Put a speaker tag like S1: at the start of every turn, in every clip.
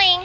S1: 听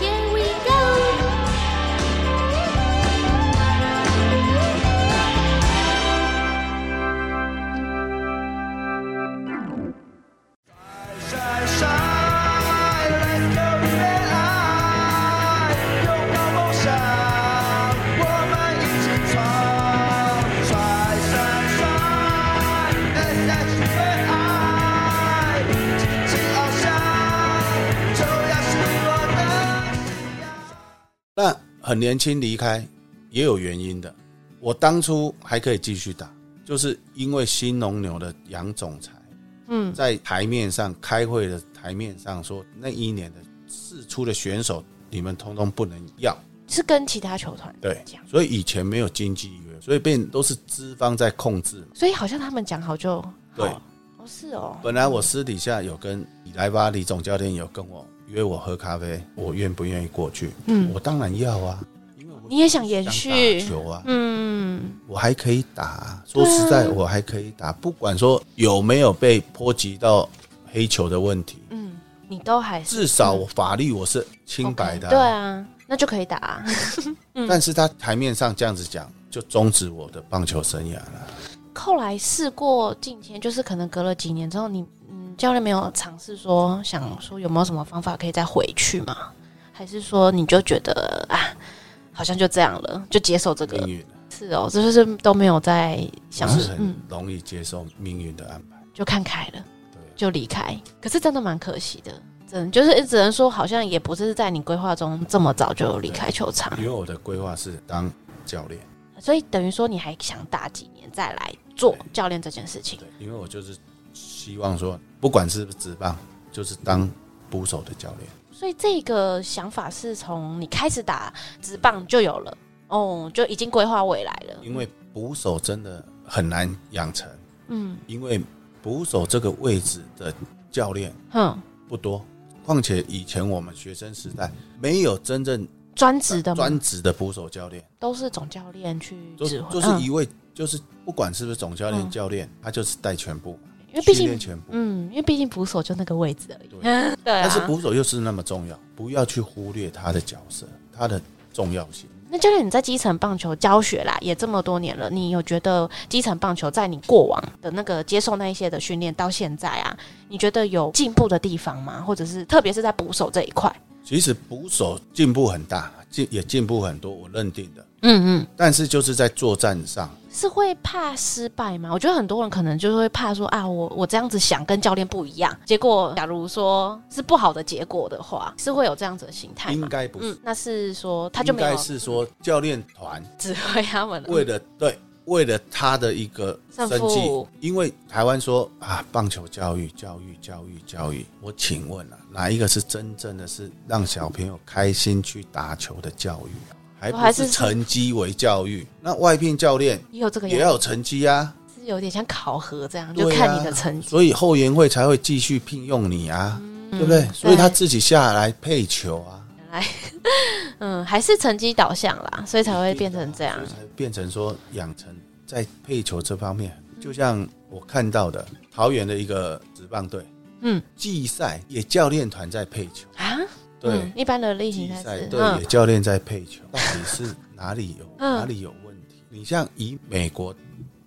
S2: ，Here we go！
S3: 那很年轻离开也有原因的。我当初还可以继续打，就是因为新农牛的杨总裁，嗯，在台面上开会的台面上说，那一年的试出的选手，你们通通不能要。
S4: 是跟其他球团
S3: 对
S4: 讲，，
S3: 所以以前没有经纪约，所以变都是资方在控制嘛。
S4: 所以好像他们讲好就好
S3: 对，
S4: 哦，是哦，
S3: 本来我私底下有跟李莱巴李总教练有跟我约我喝咖啡，我愿不愿意过去？嗯，我当然要啊，因为我
S4: 你也想延
S3: 想
S4: 续
S3: 打，球啊，
S4: 嗯，
S3: 我还可以打啊。说实在，我还可以打，不管说有没有被波及到黑球的问题，
S4: 嗯你都还是
S3: 至少我法律我是清白的、
S4: 对。啊，那就可以打、啊，
S3: 但是他台面上这样子讲，就终止我的棒球生涯了。
S4: 后来试过进签，就是可能隔了几年之后，你嗯，教练没有尝试说想说有没有什么方法可以再回去吗？还是说你就觉得啊，好像就这样了，就接受这个
S3: 命运
S4: 是哦，这就是都没有在想嗯
S3: 不，是很容易接受命运的安排。
S4: 就看开了
S3: 对，
S4: 就离开。可是真的蛮可惜的，真的就是只能说好像也不是在你规划中这么早就离开球场
S3: 因，为我的规划是当教练，
S4: 所以等于说你还想打几年再来做
S3: 对
S4: 教练这件事情
S3: 对。，因为我就是希望说，不管是不是职棒，就是当捕手的教练。
S4: 所以这个想法是从你开始打直棒就有了，哦，就已经规划未来了。
S3: 因为捕手真的很难养成，
S4: 嗯
S3: 因为捕手这个位置的教练
S4: 哼，
S3: 不多，况且以前我们学生时代没有真正
S4: 专职的吗
S3: 专职的捕手教练，
S4: 都是总教练去
S3: 就
S4: 指挥，
S3: 就是一
S4: 嗯
S3: 位就是不管是不是总教练
S4: 嗯
S3: 教练，他就是带全部嘛，
S4: 因为毕
S3: 训练
S4: 竟
S3: 全部。
S4: 嗯，因为毕竟捕手就那个位置而已。 对啊，
S3: 但是捕手又是那么重要，不要去忽略他的角色，他的重要性。
S4: 那教练，你在基层棒球教学啦，也这么多年了，你有觉得基层棒球在你过往的那个接受那一些的训练到现在啊，你觉得有进步的地方吗？或者是特别是在捕手这一块？
S3: 其实捕手进步很大，进也进步很多，我认定的。
S4: 嗯嗯，
S3: 但是就是在作战上，
S4: 是会怕失败吗？我觉得很多人可能就是会怕说啊，我我这样子想跟教练不一样，结果假如说是不好的结果的话，是会有这样子的心态
S3: 应
S4: 吗？
S3: 该不是
S4: 嗯，那是说他就
S3: 应
S4: 没有
S3: 该是说教练团
S4: 指挥他们了。
S3: 为 了对为了他的一个生
S4: 胜
S3: 计
S4: 负，
S3: 因为台湾说啊，棒球教育、教育、教育、教育，我请问啊，哪一个是真正的是让小朋友开心去打球的教育啊？还
S4: 还
S3: 不
S4: 是
S3: 是成绩为教育？那外聘教练
S4: 也有这个
S3: 也
S4: 样
S3: 要有成绩啊，
S4: 子，是有点像考核这样，就
S3: 对啊
S4: 看你的成绩。
S3: 所以后援会才会继续聘用你啊，对不对？所以他
S4: 嗯对
S3: 自己下来配球啊。
S4: 嗯，还是成绩导向啦，所以才会变成这样
S3: 所以。才变成说养成在配球这方面，就像我看到的桃园的一个职棒队，
S4: 嗯，
S3: 季赛也教练团在配球，
S4: 啊，
S3: 对
S4: 嗯，，一般的例行
S3: 季
S4: 赛
S3: 赛
S4: 是，
S3: 队也
S4: 嗯
S3: 教练在配球，到底是哪里有
S4: 嗯
S3: 哪里有问题？你像以美国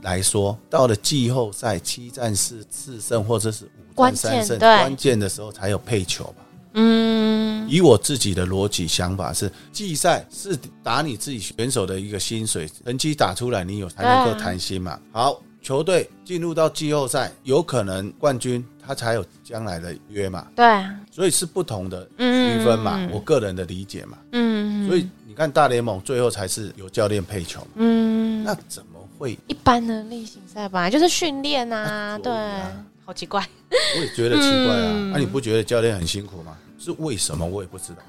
S3: 来说，到了季后赛七战四四胜或者是五
S4: 关
S3: 战
S4: 键
S3: 三胜，
S4: 对
S3: 关键的时候才有配球吧。
S4: 嗯，
S3: 以我自己的逻辑想法是，季赛是打你自己选手的一个薪水，成绩打出来，你有才能够
S4: 对啊
S3: 谈薪嘛。好，球队进入到季后赛，有可能冠军他才有将来的约嘛，
S4: 对啊，
S3: 所以是不同的
S4: 嗯
S3: 区分嘛。我个人的理解嘛，
S4: 嗯，
S3: 所以你看大联盟最后才是有教练配球嘛，
S4: 嗯，
S3: 那怎么会？
S4: 一般的例行赛本来就是训练啊，
S3: 啊
S4: 对
S3: 所以啊，
S4: 好奇怪，
S3: 我也觉得奇怪啊。
S4: 嗯
S3: 那、你不觉得教练很辛苦吗？是为什么？我也不知道。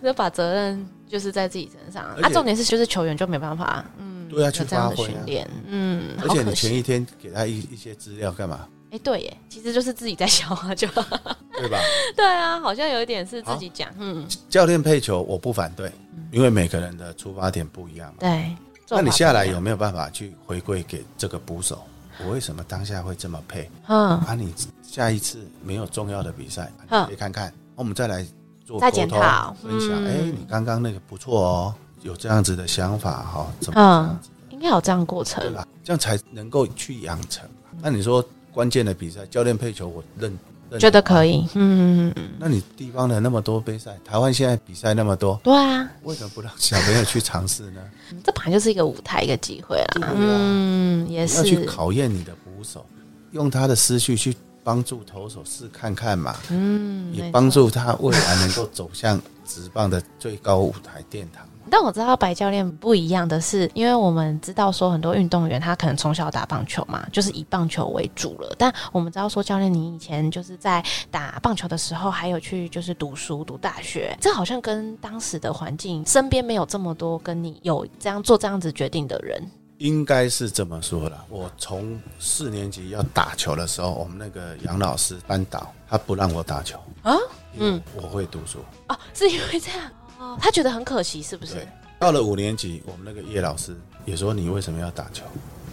S4: 就把责任就是在自己身上
S3: 而
S4: 啊。
S3: 且
S4: 重点是就是球员就没办法，嗯，
S3: 对啊，去
S4: 有这样
S3: 发
S4: 的
S3: 挥
S4: 训
S3: 啊。
S4: 练，嗯，
S3: 而
S4: 好
S3: 且
S4: 可
S3: 你前
S4: 惜
S3: 一天给他一一些资料干嘛？
S4: 哎，对耶，其实就是自己在消化就，
S3: 对吧？
S4: 对啊，好像有一点是自己讲，嗯，
S3: 教练配球我不反对，因为每个人的出发点不一样嘛。
S4: 对。嗯做
S3: 那你
S4: 法
S3: 下
S4: 不一
S3: 来
S4: 样
S3: 有没有办法去回馈给这个捕手？我为什么当下会这么配？
S4: 嗯，
S3: 啊，你下一次没有重要的比赛，
S4: 嗯
S3: 你可以看看，我们再来做
S4: 再
S3: 沟
S4: 检
S3: 通
S4: 讨
S3: 分享。
S4: 嗯
S3: 哎，你刚刚那个不错哦，有这样子的想法哈，怎么
S4: 嗯
S3: 这样子的
S4: 应该有这样的过程
S3: 对，吧？这样才能够去养成嘛。那你说关键的比赛，教练配球，我认认
S4: 觉得可以，嗯，嗯嗯嗯
S3: 那你地方的那么多杯赛，台湾现在比赛那么多，
S4: 对啊，
S3: 为什么不让小朋友去尝试呢？
S4: 这本来就是一个舞台，一个机会啦
S3: 对啊，
S4: 嗯，也
S3: 你要
S4: 是，
S3: 去考验你的捕手，用他的思绪去帮助投手试看看嘛，
S4: 嗯，没
S3: 也
S4: 错
S3: 帮助他未来能够走向职棒的最高舞台殿堂。
S4: 但我知道白教练不一样的是，因为我们知道说很多运动员他可能从小打棒球嘛，就是以棒球为主了。但我们知道说教练，你以前就是在打棒球的时候，还有去就是读书读大学，这好像跟当时的环境身边没有这么多跟你有这样做这样子决定的人。
S3: 应该是这么说啦。我从四年级要打球的时候，我们那个杨老师班导他不让我打球
S4: 啊，
S3: 嗯，我会读书。
S4: 哦，是因为这样，哦、他觉得很可惜，是不是
S3: 对？，到了五年级，我们那个叶老师也说你为什么要打球？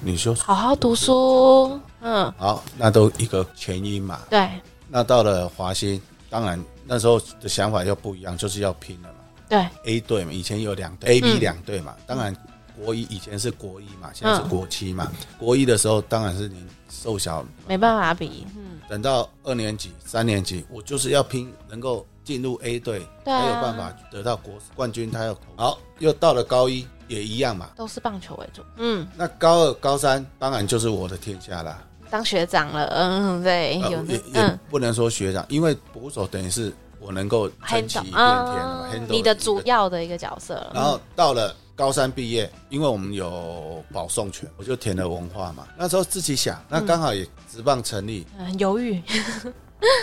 S3: 你说
S4: 好好读书，嗯，
S3: 好，那都一个前因嘛。
S4: 对
S3: 那到了华新，当然那时候的想法又不一样，就是要拼了嘛。
S4: 对，
S3: A 队嘛，以前有两队，A、B
S4: 嗯
S3: 两队嘛。当然，国一以前是国一嘛，现在是国七嘛。国一的时候当然是你瘦小，
S4: 没办法比，嗯，
S3: 等到二年级、三年级，我就是要拼能够进入 A 队，
S4: 对啊
S3: 才有办法得到国冠军。他要投好，又到了高一也一样嘛。
S4: 都是棒球为主，嗯。
S3: 那高二、高三当然就是我的天下啦。
S4: 当学长了，嗯，对，
S3: 呃
S4: 有那
S3: 也也
S4: 嗯，
S3: 不能说学长，因为捕手等于是我能够撑起
S4: handle
S3: 一片天了嘛
S4: 啊，
S3: handle
S4: 你
S3: 这
S4: 的
S3: 个
S4: 主要的一个角色了，
S3: 然后到了高三毕业，因为我们有保送权，我就填了文化嘛。那时候自己想，那刚好也职棒成立，
S4: 嗯很犹豫，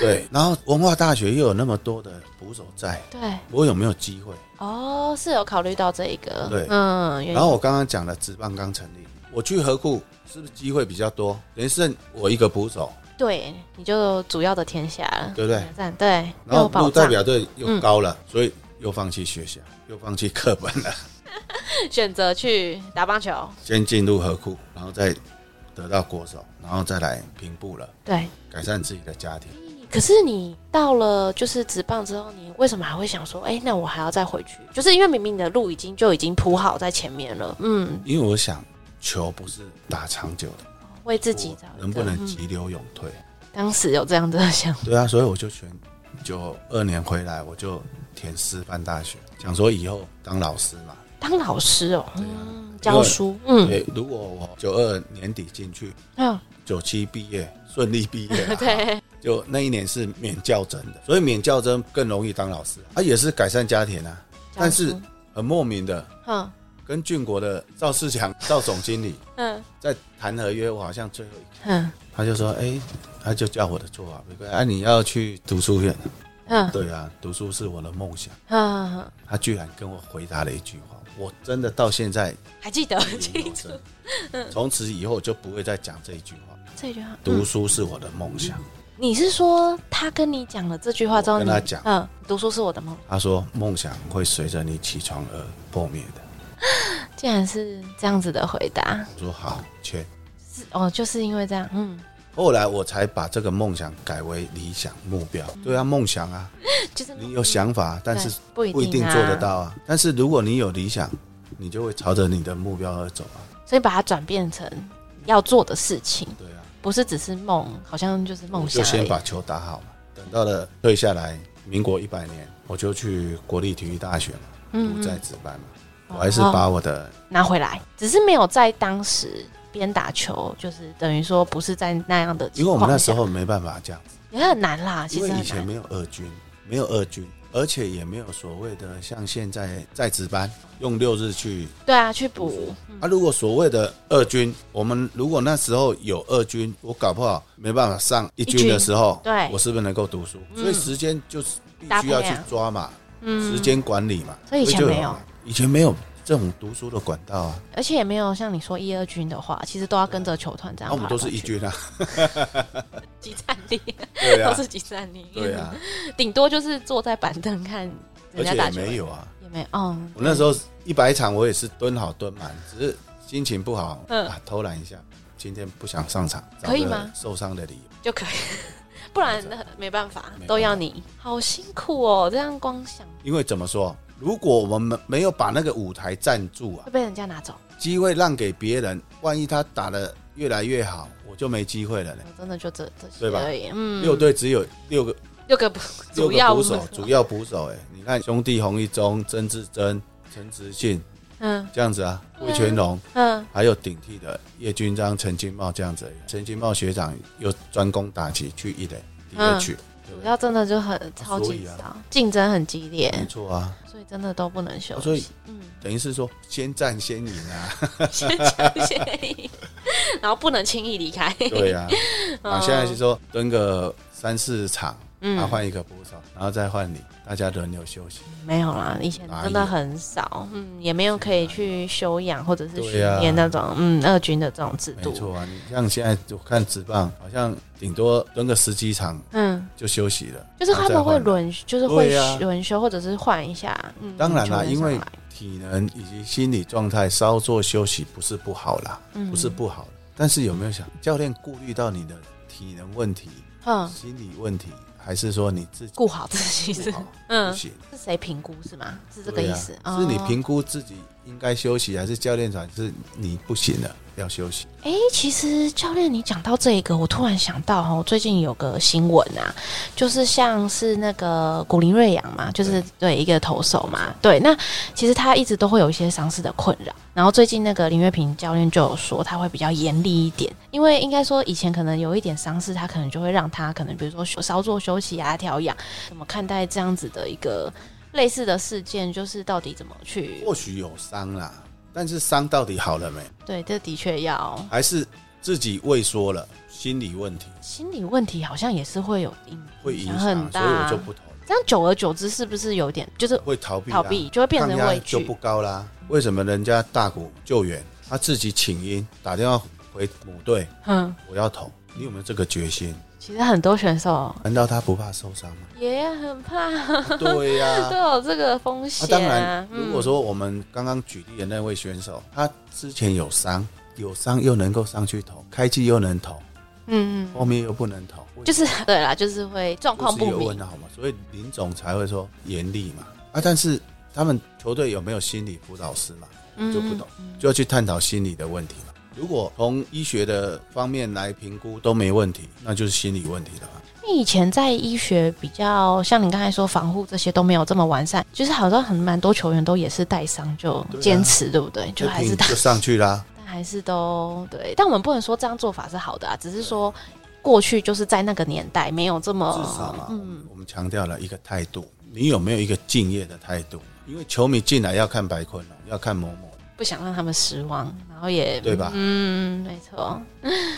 S3: 对。然后文化大学又有那么多的捕手在，
S4: 对，
S3: 我有没有机会？
S4: 哦，是有考虑到这一个，
S3: 对
S4: 嗯，原因
S3: 然后我刚刚讲了，职棒刚成立，我去河库是不是机会比较多？等于剩我一个捕手，
S4: 对，你就主要的天下了，
S3: 对不对？
S4: 赞，对，
S3: 然后
S4: 又保
S3: 路代
S4: 障
S3: 表队又高了，所以又放弃学校，又放弃课本了，
S4: 选择去打棒球，
S3: 先进入河库，然后再得到国手，然后再来平步了，
S4: 对。
S3: 改善自己的家庭。
S4: 可是你到了就是职棒之后，你为什么还会想说，哎、那我还要再回去？就是因为明明你的路已经就已经铺好在前面了，嗯，
S3: 因为我想，球不是打长久的，
S4: 为自己找
S3: 我
S4: 一个
S3: 能不能
S4: 嗯
S3: 急流勇退？
S4: 当时有这样的想 法，
S3: 对啊，所以我就选九二年回来，我就填师范大学，想说以后当老师嘛。
S4: 当老师哦、
S3: 对啊
S4: 嗯，教书，嗯
S3: 对，如果我九二年底进去，
S4: 嗯，，
S3: 九七毕业顺利毕业、啊
S4: 对，
S3: 就那一年是免较真的，所以免较真更容易当老师，啊，也是改善家庭啊。但是
S4: 教书
S3: 很莫名的，
S4: 嗯
S3: 跟俊国的赵世强赵总经理
S4: 嗯
S3: 在谈合约，我好像最后一
S4: 嗯
S3: 他就说：“哎、他就叫我的做法，玫瑰，啊，你要去读书院？
S4: 嗯
S3: 对啊，读书是我的梦想。
S4: 嗯，”
S3: 他居然跟我回答了一句话，我真的到现在
S4: 还记得
S3: 记忆犹
S4: 记住
S3: 深。从此以后我就不会再讲这一句话。
S4: 这句话。
S3: 读
S4: 嗯，
S3: 书是我的梦想。
S4: 你是说他跟你讲了这句话之后，
S3: 我
S4: 你
S3: 跟他讲
S4: 嗯，读书是我的梦，
S3: 他说：“梦想会随着你起床而破灭的。
S4: 竟然是这样子的回答”，
S3: 我说：“好，切。
S4: 是哦，就是因为这样，嗯，”
S3: 后来我才把这个梦想改为理想目标。对啊，梦想啊，
S4: 就是
S3: 你有想法，但是
S4: 对不一
S3: 不一定
S4: 啊
S3: 做得，到啊。但是如果你有理想，你就会朝着你的目标而走啊。
S4: 嗯所以把它转变成要做的事情，
S3: 对啊，
S4: 不是只是梦，好像就是梦想
S3: 就
S4: 而已，
S3: 先把球打好嘛。等到了退下来，民国一百年，我就去国立体育大学嘛，
S4: 嗯
S3: 读在
S4: 嗯
S3: 职班嘛。
S4: 哦
S3: 我还是把我的
S4: 拿回来，只是没有在当时边打球，就是等于说不是在那样的情
S3: 因为我们那
S4: 况
S3: 时
S4: 下
S3: 候没办法这样子，
S4: 也很难啦，其
S3: 因
S4: 实
S3: 为以
S4: 很
S3: 前
S4: 难。
S3: 没有二军，没有二军，而且也没有所谓的像现在在职班用六日去。
S4: 对啊，去补
S3: 啊，如果所谓的二军，我们如果那时候有二军，我搞不好没办法上一
S4: 一
S3: 军
S4: 军
S3: 的时候，
S4: 对嗯
S3: 我是不是能够读书？所以时间就是必
S4: 搭
S3: 须
S4: 配
S3: 要
S4: 啊
S3: 去抓嘛。
S4: 嗯
S3: 时间管理嘛，
S4: 所以以前
S3: 就
S4: 没有，
S3: 以前没有这种读书的管道啊，
S4: 而且也没有像你说一二军的话，其实都要跟着球团这
S3: 那、
S4: 样。
S3: 我们都是一军啊，
S4: 集战力，
S3: 对
S4: 都
S3: 啊，
S4: 是集战力。
S3: 对啊，
S4: 顶多就是坐在板凳看
S3: 而
S4: 嗯人
S3: 且
S4: 家打
S3: 也
S4: 球，
S3: 没有啊。
S4: 也没有，嗯，
S3: 我那时候一百场我也是蹲好蹲满，只是心情不好，
S4: 嗯
S3: 啊，偷懒一下，今天不想上场，找
S4: 可以
S3: 个
S4: 吗
S3: 受伤的理由，
S4: 嗯就可以， 不然那没办法
S3: 没办，法
S4: 都要你，好辛苦哦，这样光想
S3: 因为怎么说，如果我们没有把那个舞台站住啊
S4: 会，被人家拿走，
S3: 机会让给别人，万一他打的越来越好，我就没机会了呢。
S4: 我真的就这这些
S3: 对吧
S4: 而已，嗯，
S3: 六队只有六个
S4: 六个不
S3: 六
S4: 主
S3: 个
S4: 要
S3: 捕手，主要捕手哎、你看兄弟洪一中、曾志珍、陈植信
S4: 嗯
S3: 这样子啊，
S4: 对啊
S3: 魏全龙，
S4: 嗯，
S3: 还有顶替的叶军章、陈金茂这样子而已。陈金茂学长又专攻打击，去一垒、
S4: 嗯
S3: 第二去，对不
S4: 主
S3: 对？
S4: 要真的就很超
S3: 所
S4: 级
S3: 以啊
S4: 少，竞争很激烈，
S3: 没错啊，
S4: 所以真的都不能休息，
S3: 所以
S4: 嗯，
S3: 等于是说先战先赢啊，
S4: 先休息，然后不能轻易离开，
S3: 对啊， 啊，
S4: 嗯
S3: 现在是说蹲个三四场，啊，
S4: 嗯，
S3: 换一个捕手，然后再换你，大家轮流休息。
S4: 没有啦，以前真的很少，嗯，也没有可以去休养或者是训
S3: 对啊
S4: 练那种，嗯，二军的这种制
S3: 没
S4: 度，
S3: 错啊，你像现在就看职棒，好像顶多蹲个十几场
S4: 嗯。
S3: 就休息了，
S4: 就是他们会
S3: 然后再换人。
S4: 轮，就是会
S3: 对啊
S4: 轮休或者是换一下。嗯，
S3: 当然啦，
S4: 球员
S3: 因
S4: 上
S3: 为
S4: 来
S3: 体能以及心理状态稍作休息不是不好啦，
S4: 嗯
S3: 不是不好。但是有没有想，教练顾虑到你的体能问题、
S4: 嗯，
S3: 心理问题，还是说你自己
S4: 顾好自己是
S3: 不好？不
S4: 嗯，
S3: 行，
S4: 是谁评估是吗？是这个
S3: 对
S4: 意
S3: 啊
S4: 思？
S3: 是你
S4: 哦
S3: 评估自己应该休息，还是教练长是你不行了要休息？
S4: 哎、其实教练，你讲到这一个，我突然想到哦，最近有个新闻啊，就是像是那个古林瑞阳嘛，就是对一个投手嘛，对，那其实他一直都会有一些伤势的困扰。然后最近那个林月平教练就有说，他会比较严厉一点，因为应该说以前可能有一点伤势，他可能就会让他可能比如说休稍作休息啊、调养，怎么看待这样子的一个类似的事件，就是到底怎么去
S3: 或许有伤啦，但是伤到底好了没？
S4: 对，这的确要
S3: 还是自己畏缩了，心理问题
S4: 心理问题好像也是会有影
S3: 会影
S4: 响
S3: 响，
S4: 很
S3: 所以我
S4: 大
S3: 就。不投了，
S4: 这样久而久之，是不是有点就是
S3: 会逃避啦
S4: 逃避，就会变成
S3: 抗
S4: 畏
S3: 压就
S4: 惧
S3: 不？高啦。为什么人家大股救援，他自己请缨打电话回母队，
S4: 嗯，
S3: 我要投，你有没有这个决心？
S4: 其实很多选手
S3: 难道他不怕受伤 吗？
S4: 也很怕，
S3: 对呀、
S4: 都有这个风
S3: 啊，
S4: 险、
S3: 当然，
S4: 嗯
S3: 如果说我们刚刚举例的那位选手，他之前有伤，有伤又能够上去投，开季又能投，
S4: 嗯嗯，
S3: 后面又不能投，
S4: 就是 对啦，就是会状况
S3: 就是
S4: 不
S3: 有问
S4: 明。
S3: 的好吗？所以林总才会说严厉嘛。啊，但是他们球队有没有心理辅导师嘛？
S4: 嗯
S3: 就不懂，就要去探讨心理的问题嘛。如果从医学的方面来评估都没问题，那就是心理问题了嘛。
S4: 因为以前在医学比较像你刚才说防护这些都没有这么完善，就是好像很蛮多球员都也是带伤就
S3: 对啊
S4: 坚持，对不对？就还是
S3: 拼
S4: 打
S3: 就上去啦。
S4: 但还是都对，但我们不能说这样做法是好的啊，只是说过去就是在那个年代没有这么
S3: 至少嘛，
S4: 嗯，
S3: 我们强调了一个态度，你有没有一个敬业的态度？因为球迷进来要看白坤龙，哦要看某某，
S4: 不想让他们失望，然后也
S3: 对吧
S4: 嗯，没错，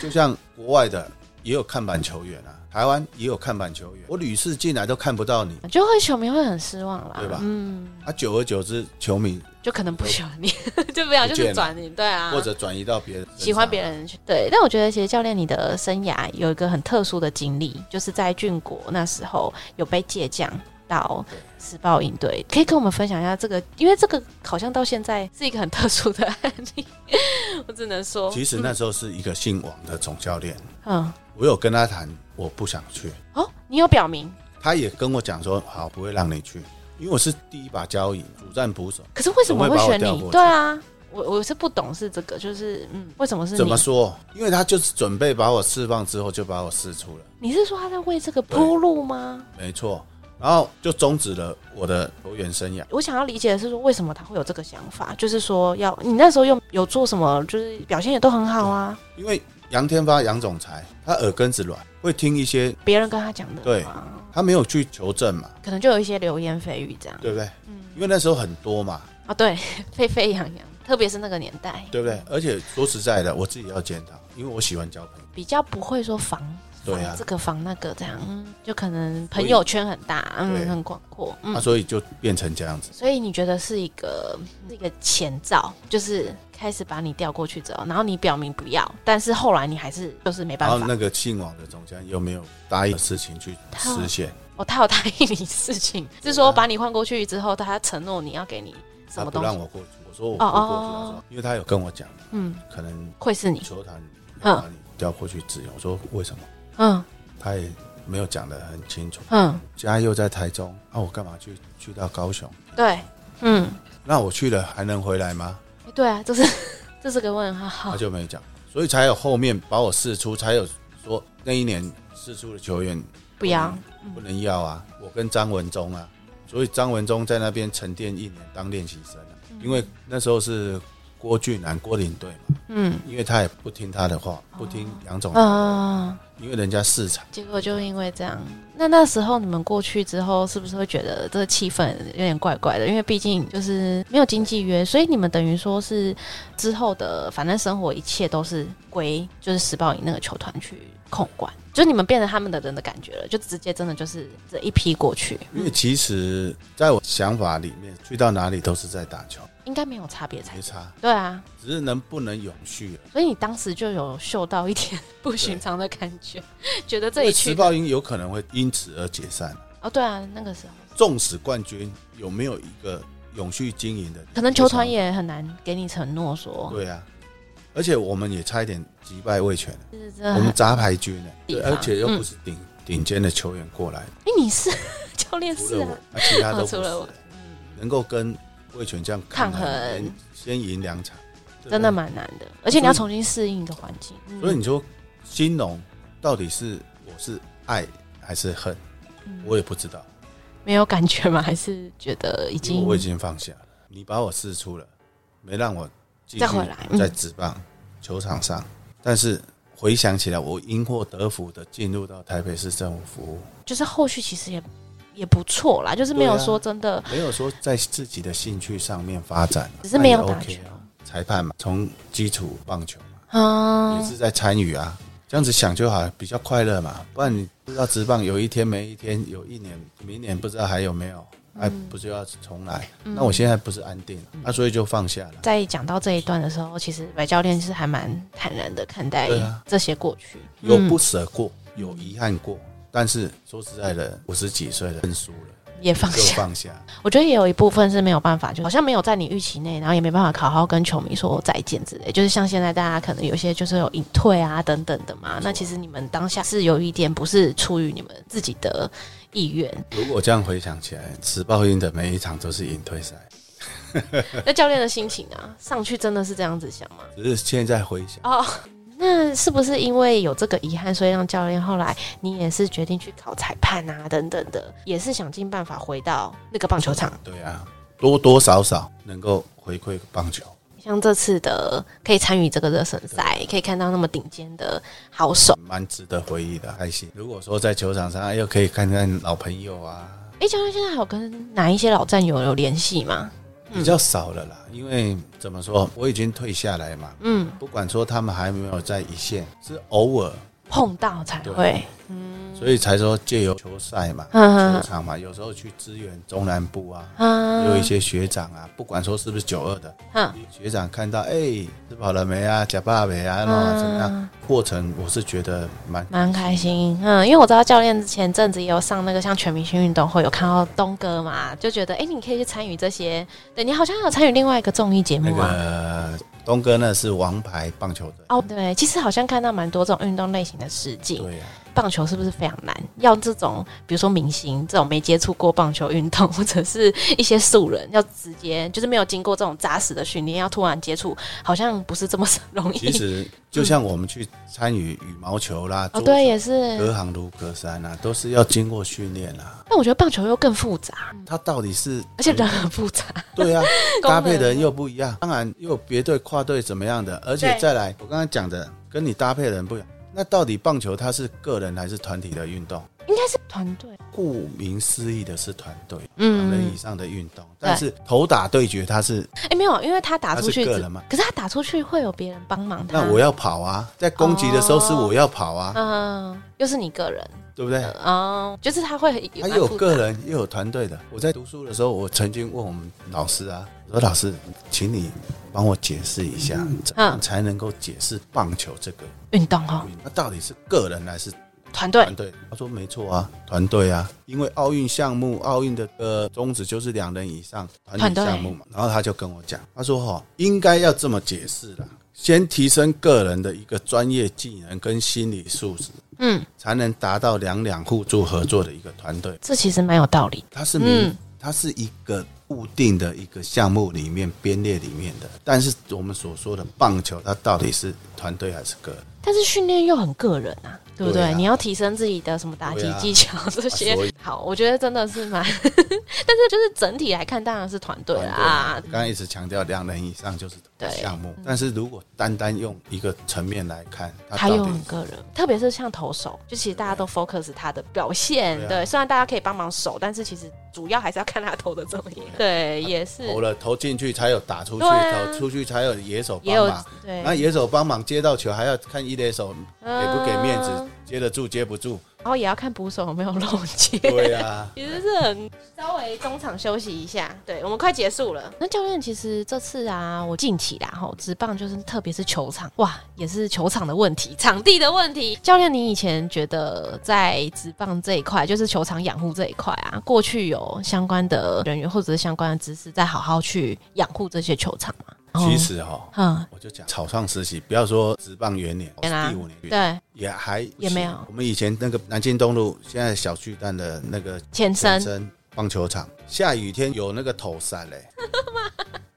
S3: 就像国外的也有看板球员啊，台湾也有看板球员，我屡次进来都看不到你，
S4: 就会球迷会很失望啦，
S3: 对吧
S4: 嗯，
S3: 啊，久而久之，球迷
S4: 就可能不喜欢你， 就不想就
S3: 不见
S4: 是
S3: 了
S4: 转你，对啊，
S3: 或者转移到别人身上，
S4: 喜欢别人去对，但我觉得其实教练你的生涯有一个很特殊的经历，就是在俊国那时候有被借将到时报营队，可以跟我们分享一下这个，因为这个好像到现在是一个很特殊的案例， 我只能说，
S3: 其实那时候是一个姓王的总教练，
S4: 嗯，
S3: 我有跟他谈，我不想去，
S4: 哦，你有表明，
S3: 他也跟我讲说，好，不会让你去，因为我是第一把交椅，主战捕手。
S4: 可是为什么会选
S3: 怎么会把我调
S4: 你？
S3: 过去
S4: 对啊，我我是不懂是这个，就是嗯，为什么是
S3: 怎
S4: 你
S3: 么？说？因为他就是准备把我释放之后，就把我释出了，
S4: 你是说他在为这个铺路吗？
S3: 没错。然后就终止了我的球员生涯。
S4: 我想要理解的是说，为什么他会有这个想法？就是说要，你那时候又有做什么？就是表现也都很好啊，
S3: 因为杨天发杨总裁他耳根子软，会听一些
S4: 别人跟他讲的，啊
S3: 对，他没有去求证嘛，
S4: 可能就有一些流言蜚语这样。
S3: 对不对？
S4: 嗯
S3: 因为那时候很多嘛，
S4: 啊，对， 沸沸扬扬，特别是那个年代，
S3: 对不对？而且说实在的，我自己要检讨，因为我喜欢交朋友，
S4: 比较不会说防
S3: 对啊
S4: 这，个防那个这样，嗯就可能朋友圈很大，
S3: 对
S4: 嗯，很广阔，嗯
S3: 那、，啊所以就变成这样子。
S4: 所以你觉得是一个是一个前兆，就是开始把你调过去之后，然后你表明不要，但是后来你还是就是没办
S3: 然后
S4: 法。
S3: 那个姓王的总监又没有答应的事情去实现，
S4: 哦，他有答应你事 情，是说把你换过去之后，他承诺你要给你什
S3: 他
S4: 么
S3: 不
S4: 东
S3: 让
S4: 西，
S3: 我过去，我说我
S4: 哦
S3: 不
S4: 哦
S3: 过去，
S4: 哦
S3: 他说因为他有跟我讲，
S4: 嗯，
S3: 可能
S4: 会是你，
S3: 球坛要把你调过去支援，我说为什么？
S4: 嗯
S3: 他也没有讲得很清楚。
S4: 嗯，
S3: 家又在台中，啊，我干嘛去去到高雄？
S4: 对，嗯，
S3: 那我去了还能回来吗？
S4: 诶对啊，这是 这是个问号，
S3: 他
S4: 好，
S3: 就没讲，所以才有后面把我试出，才有说那一年试出的球员
S4: 不要，
S3: 不能要啊，我跟张文忠啊，所以张文忠在那边沉淀一年当练习生啊，因为那时候是郭俊南郭领队嘛，
S4: 嗯
S3: 因为他也不听他的话，不听杨总
S4: 嗯
S3: 的话，
S4: 嗯，
S3: 因为人家市场
S4: 结果就因为这样，那那时候你们过去之后，是不是会觉得这个气氛有点怪怪的？因为毕竟就是没有经纪约，所以你们等于说是之后的，反正生活一切都是归就是时报营那个球团去控管，就你们变成他们的人的感觉了，就直接真的就是这一批过去，
S3: 因为其实在我想法里面，去到哪里都是在打球，
S4: 应该没有差别才
S3: 没差，
S4: 对啊，
S3: 只是能不能永续啊了。
S4: 所以你当时就有嗅到一点不寻常的感觉，觉得这
S3: 因为
S4: 里
S3: 时
S4: 去
S3: 报营有可能会因此而解散，
S4: 哦，对啊，那个时候
S3: 纵使冠军有没有一个永续经营的，
S4: 可能球团也很难给你承诺说，
S3: 对啊，而且我们也差一点击败啊魏权了。
S4: 是真的
S3: 我
S4: 很
S3: 们杂牌军呢、
S4: 嗯地
S3: 对，
S4: 方嗯
S3: 而且又不是顶顶、尖的球员过来，
S4: 哎、你是 教练
S3: 除
S4: 是
S3: 了
S4: 啊
S3: 我，，啊、其他都不
S4: 哦
S3: 是、
S4: 除了我
S3: 能够跟魏权这样
S4: 抗衡
S3: 先先赢两场，对不对啊
S4: 真的？蛮难的，而且你要重新适应一个环境。嗯
S3: 所以你说兴农到底是我是爱还是恨，
S4: 嗯
S3: 我也不知道，
S4: 没有感觉吗？还是觉得已
S3: 因为
S4: 经
S3: 我已经放下了，你把我试出了，没让我继续
S4: 再回来嗯
S3: 在职棒、球场上，但是。回想起来，我因祸得福的进入到台北市政府服务，
S4: 就是后续其实也也不错啦，就是没有
S3: 对啊
S4: 说真的，
S3: 没有说在自己的兴趣上面发展，
S4: 只是没有
S3: 那也
S4: 打
S3: OK
S4: 球
S3: 啊。裁判嘛，从基础棒球嘛，也
S4: 嗯，
S3: 是在参与啊，这样子想就好，比较快乐嘛。不然你不知道职棒有一天没一天，有一年明年不知道还有没有，
S4: 嗯
S3: 哎，不就要重来？那我现在不是安定，那所以就放下了。
S4: 在讲到这一段的时候，其实白教练是还蛮坦然的看待
S3: 对啊
S4: 这些过去。
S3: 有不舍过，有遗憾过，但是说实在的，五十几岁了，认输 了，
S4: 也放
S3: 就
S4: 下，
S3: 放下。
S4: 我觉得也有一部分是没有办法，就好像没有在你预期内，然后也没办法好好跟球迷说再见之类。就是像现在大家可能有些就是有隐退啊等等的嘛。那其实你们当下是有一点不是出于你们自己的意愿。
S3: 如果这样回想起来，时报音的每一场都是引退赛，
S4: 那教练的心情啊，上去真的是这样子想吗？
S3: 只是现在回想。
S4: 哦， 那是不是因为有这个遗憾，所以让教练后来你也是决定去考裁判啊等等的，也是想尽办法回到那个棒球场？
S3: 对啊，多多少少能够回馈棒球。
S4: 像这次的可以参与这个热身赛，可以看到那么顶尖的好手。
S3: 蛮值得回忆的，开心。如果说在球场上哎又可以看看老朋友啊，
S4: 哎、教练现在还有跟哪一些老战友有联系吗？
S3: 比较少了啦。因为怎么说，我已经退下来嘛，
S4: 嗯，
S3: 不管说他们还没有在一线，是偶尔，
S4: 碰到才会
S3: 对。所以才说借由球赛嘛、
S4: 嗯
S3: 球场嘛，有时候去支援中南部啊，
S4: 啊
S3: 有一些学长啊，不管说是不是九二的，
S4: 嗯
S3: 学长看到哎、吃饱了没啊，假爸没
S4: 嗯
S3: 啊，那怎么样？过程我是觉得蛮
S4: 蛮开心，嗯，因为我知道教练前阵子也有上那个像全明星运动会，有看到东哥嘛，就觉得哎、诶你可以去参与这些，对你好像有参与另外一个综艺节
S3: 那
S4: 目啊，
S3: 个东哥呢是王牌棒球队，
S4: 哦，对，其实好像看到蛮多这种运动类型的实境，
S3: 对呀、
S4: 棒球是不是非常难？要这种比如说明星这种没接触过棒球运动，或者是一些素人，要直接就是没有经过这种扎实的训练，要突然接触，好像不是这么容易。
S3: 其实就像我们去参与羽毛球啦，
S4: 哦，
S3: 桌球
S4: 对，也是。
S3: 隔行如隔山啊，都是要经过训练啊。
S4: 但我觉得棒球又更复杂，
S3: 它到底是
S4: 嗯而且人很复杂。
S3: 对 啊，
S4: 功
S3: 搭
S4: 能
S3: 配的人又不一样，当然又有别队跨队怎么样的，而且
S4: 对
S3: 再来，我刚刚讲的跟你搭配的人不一样。那到底棒球它是个人还是团体的运动？
S4: 应该是团队，
S3: 顾名思义的是团队，两
S4: 嗯
S3: 人以，上的运动，但是头打对决它是
S4: 哎、没有，因为他打
S3: 它
S4: 出
S3: 是
S4: 去
S3: 个
S4: 只，
S3: 人嘛，
S4: 可是他打出去会有别人帮忙他。
S3: 那我要跑啊，在攻击的时候是我要跑啊，
S4: 嗯，又是你个人
S3: 对不对？
S4: 的哦，就是他会
S3: 他
S4: 蛮
S3: 又有
S4: 复杂
S3: 个人又有团队的。我在读书的时候，我曾经问我们老师啊，我说老师，请你帮我解释一下，
S4: 嗯
S3: 怎么才能够解释棒球这个
S4: 运动哈、哦，
S3: 运动？它到底是个人还是
S4: 团队
S3: 团队？他说没错啊，团队啊，因为奥运项目，奥运的呃宗旨就是两人以上团
S4: 团
S3: 体
S4: 队
S3: 项目嘛。然后他就跟我讲，他说哈、哦，应该要这么解释啦，先提升个人的一个专业技能跟心理素质，
S4: 嗯，
S3: 才能达到两两互助合作的一个团队。
S4: 这其实蛮有道理。
S3: 它是明，
S4: 嗯
S3: 它是一个固定的一个项目里面编列里面的。但是我们所说的棒球，它到底是团队还是个人？
S4: 但是训练又很个人啊，对不对？
S3: 对啊
S4: 你要提升自己的什么打击
S3: 对啊
S4: 技巧、这些
S3: 啊所以。
S4: 好，我觉得真的是蛮， 但是就是整体来看，当然是团队啊。
S3: 刚刚一直强调两人以上就是
S4: 对
S3: 项目，但是如果单单用一个层面来看，它
S4: 他
S3: 啊到
S4: 又
S3: 底啊
S4: 很个人，特别是像投手，就其实大家都 focus 他的表现。
S3: 对啊
S4: 对，虽然大家可以帮忙守，但是其实主要还是要看他投的怎么样。对，也是
S3: 啊投了投进去才有打出去，
S4: 对啊
S3: 投出去才有野手
S4: 也
S3: 帮
S4: 有
S3: 忙。
S4: 对，
S3: 那野手帮忙接到球，还要看一垒手给不给面子
S4: 嗯，
S3: 接得住接不住。
S4: 然后也要看捕手有没有漏接。
S3: 对 啊，
S4: 其实是很稍微中场休息一下，对我们快结束了。那教练其实这次啊，我近期啦吼，职棒就是特别是球场哇，也是球场的问题，场地的问题。教练，你以前觉得在职棒这一块，就是球场养护这一块啊，过去有相关的人员或者是相关的知识在好好去养护这些球场吗？
S3: 其实哈、
S4: 哦，
S3: 我就讲草创时期，不要说职棒元年，
S4: 对啊
S3: 第五年
S4: 嗯，对，
S3: 也还不行
S4: 也没有
S3: 我们以前那个南京东路，现在小巨蛋的那个
S4: 前身
S3: 前身棒球场，下雨天有那个头伞 嘞，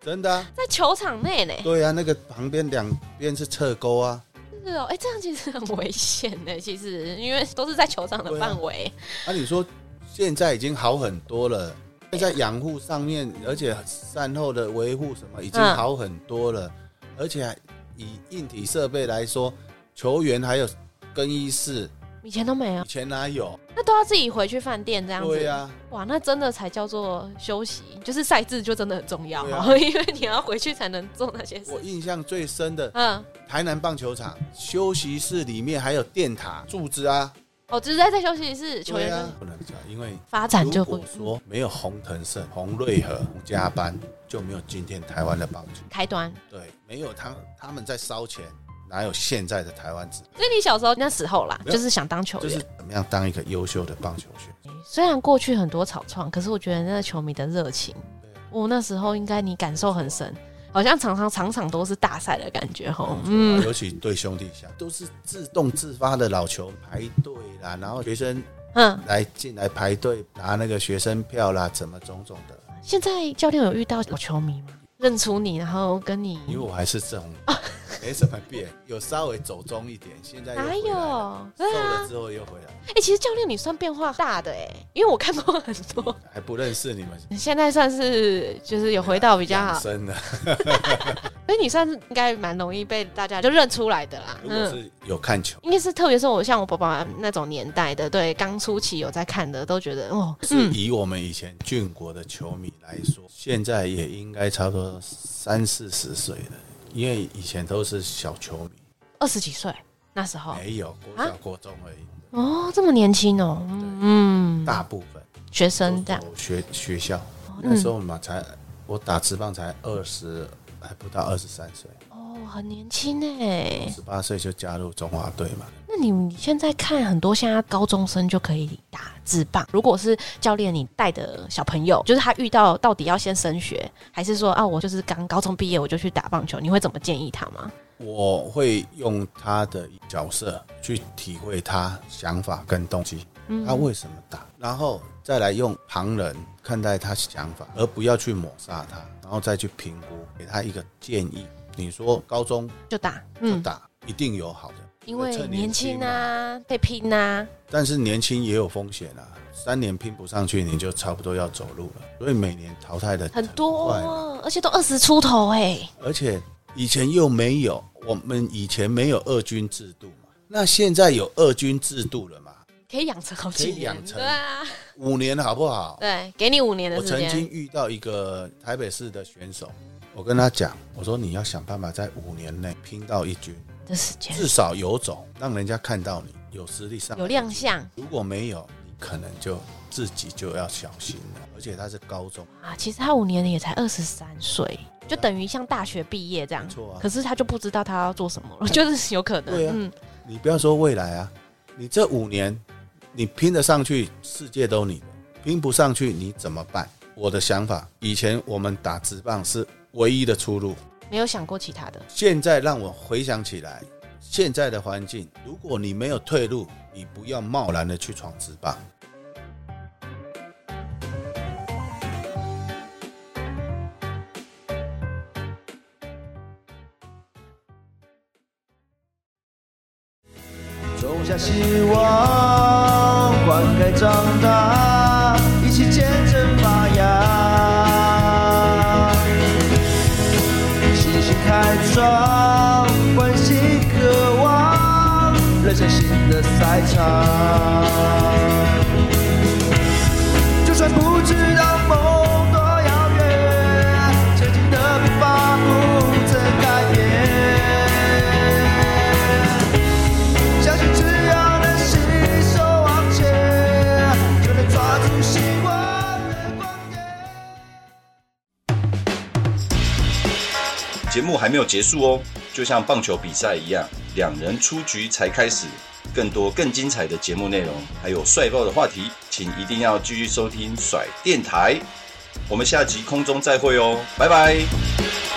S3: 真的、啊，
S4: 在球场内呢。
S3: 对啊，那个旁边两边是侧沟啊，
S4: 是哦，哎、这样其实很危险呢。其实因为都是在球场的
S3: 对啊
S4: 范围，
S3: 那、你说现在已经好很多了。现在养护上面，而且善后的维护什么已经
S4: 嗯
S3: 好很多了，而且还以硬体设备来说，球员还有更衣室，
S4: 以前都没有
S3: 以。前哪有？
S4: 那都要自己回去饭店这样子。
S3: 对呀、啊，
S4: 哇，那真的才叫做休息，就是赛制就真的很重要，
S3: 对啊
S4: 因为你要回去才能做那些
S3: 我
S4: 事。
S3: 印象最深的
S4: 嗯，
S3: 台南棒球场休息室里面还有电塔柱子啊，
S4: 哦，只是在在休息室，球员
S3: 对
S4: 就
S3: 啊
S4: 是，
S3: 不能讲，因为
S4: 发展就
S3: 如
S4: 不
S3: 果说没有洪腾胜、洪瑞和、洪家班，就没有今天台湾的棒球。
S4: 开端。
S3: 对，没有他，他们在烧钱，哪有现在的台湾职？
S4: 所以你小时候那时候啦，
S3: 没有
S4: 就是想当球
S3: 就
S4: 员。
S3: 是怎么样当一个优秀的棒球选手？
S4: 虽然过去很多草创，可是我觉得那球迷的热情，我、那时候应该你感受很深，好像常常场场都是大赛的感觉吼。
S3: 嗯，
S4: 嗯，
S3: 尤其对兄弟侠都是自动自发的老球排队啦，然后学生
S4: 嗯，
S3: 来进来排队拿那个学生票啦，怎么种种的。
S4: 现在教练有遇到老球迷吗？认出你，然后跟你
S3: 因为我还是这 种，没什么变，有稍微走中一点，现在又
S4: 哪
S3: 回来了
S4: 有？
S3: 瘦
S4: 对啊
S3: 了，之后又回来，
S4: 哎、其实教练你算变化大的哎、因为我看过很多，
S3: 还不认识你们，
S4: 你现在算是就是有回到比较好，所
S3: 深的。
S4: 以你算是应该蛮容易被大家就认出来的啦。嗯
S3: 如果，是有看球，
S4: 应该是特别是我像我爸爸那种年代的，对，刚初期有在看的，都觉得哦，
S3: 是以我们以前俊国的球迷来说，现在也应该差不多三四十岁了，因为以前都是小球迷，
S4: 二十几岁那时候
S3: 没有国
S4: 啊
S3: 小国中而已，
S4: 哦，这么年轻哦，嗯，
S3: 大部分
S4: 学
S3: 都
S4: 生这样，
S3: 走学学校。
S4: 哦
S3: 那
S4: 嗯
S3: 时候嘛，才我打职棒才二十，还不到二十三岁。
S4: 哦，很年轻哎。
S3: 十八岁就加入中华队嘛，
S4: 那你们现在看很多现在高中生就可以打自棒，如果是教练你带的小朋友，就是他遇到到底要先升学，还是说啊我就是刚高中毕业我就去打棒球，你会怎么建议他吗？
S3: 我会用他的角色去体会他想法跟动机，
S4: 嗯
S3: 他为什么打，然后再来用旁人看待他想法，而不要去抹杀他，然后再去评估，给他一个建议。你说高中
S4: 就打，
S3: 就
S4: 嗯，
S3: 打，一定有好的，
S4: 因为
S3: 趁
S4: 年轻
S3: 嘛，
S4: 啊，被拼啊，
S3: 但是年轻也有风险啊，三年拼不上去，你就差不多要走路了。所以每年淘汰的
S4: 很多啊
S3: 快嘛，
S4: 而且都二十出头哎、
S3: 而且以前又没有，我们以前没有二军制度嘛，那现在有二军制度了嘛？
S4: 可以养成好几
S3: 可以
S4: 年，
S3: 养成
S4: 对啊，
S3: 五年好不好？
S4: 对，给你五年的
S3: 我
S4: 时
S3: 曾
S4: 间。
S3: 经遇到一个台北市的选手，我跟他讲，我说你要想办法在五年内拼到一军，
S4: 的时间，
S3: 至少有种，让人家看到你有实力上来
S4: 哎有亮相
S3: 如果没有，你可能就自己就要小心了。而且他是高中，
S4: 啊。其实他五年也才二十三岁，就等于像大学毕业这样。
S3: 没错啊
S4: 可是他就不知道他要做什么了， 就是有可能。
S3: 对啊
S4: 嗯，
S3: 你不要说未来啊，你这五年你拼得上去，世界都你的；拼不上去，你怎么办？我的想法，以前我们打直棒是唯一的出路，
S4: 没有想过其他的。
S3: 现在让我回想起来，现在的环境，如果你没有退路，你不要贸然的去闯直棒。
S1: 种下希望，灌溉长大，一起见证发芽。信心开创，欢喜渴望，人生新的赛场。就算不知道梦多遥远，前进的步伐不曾改变。相信只要能携手往前，就能抓住希望的光点。
S5: 节目还没有结束哦，就像棒球比赛一样，两人出局才开始。更多更精彩的节目内容，还有帅爆的话题，请一定要继续收听甩电台。我们下集空中再会哦，拜拜。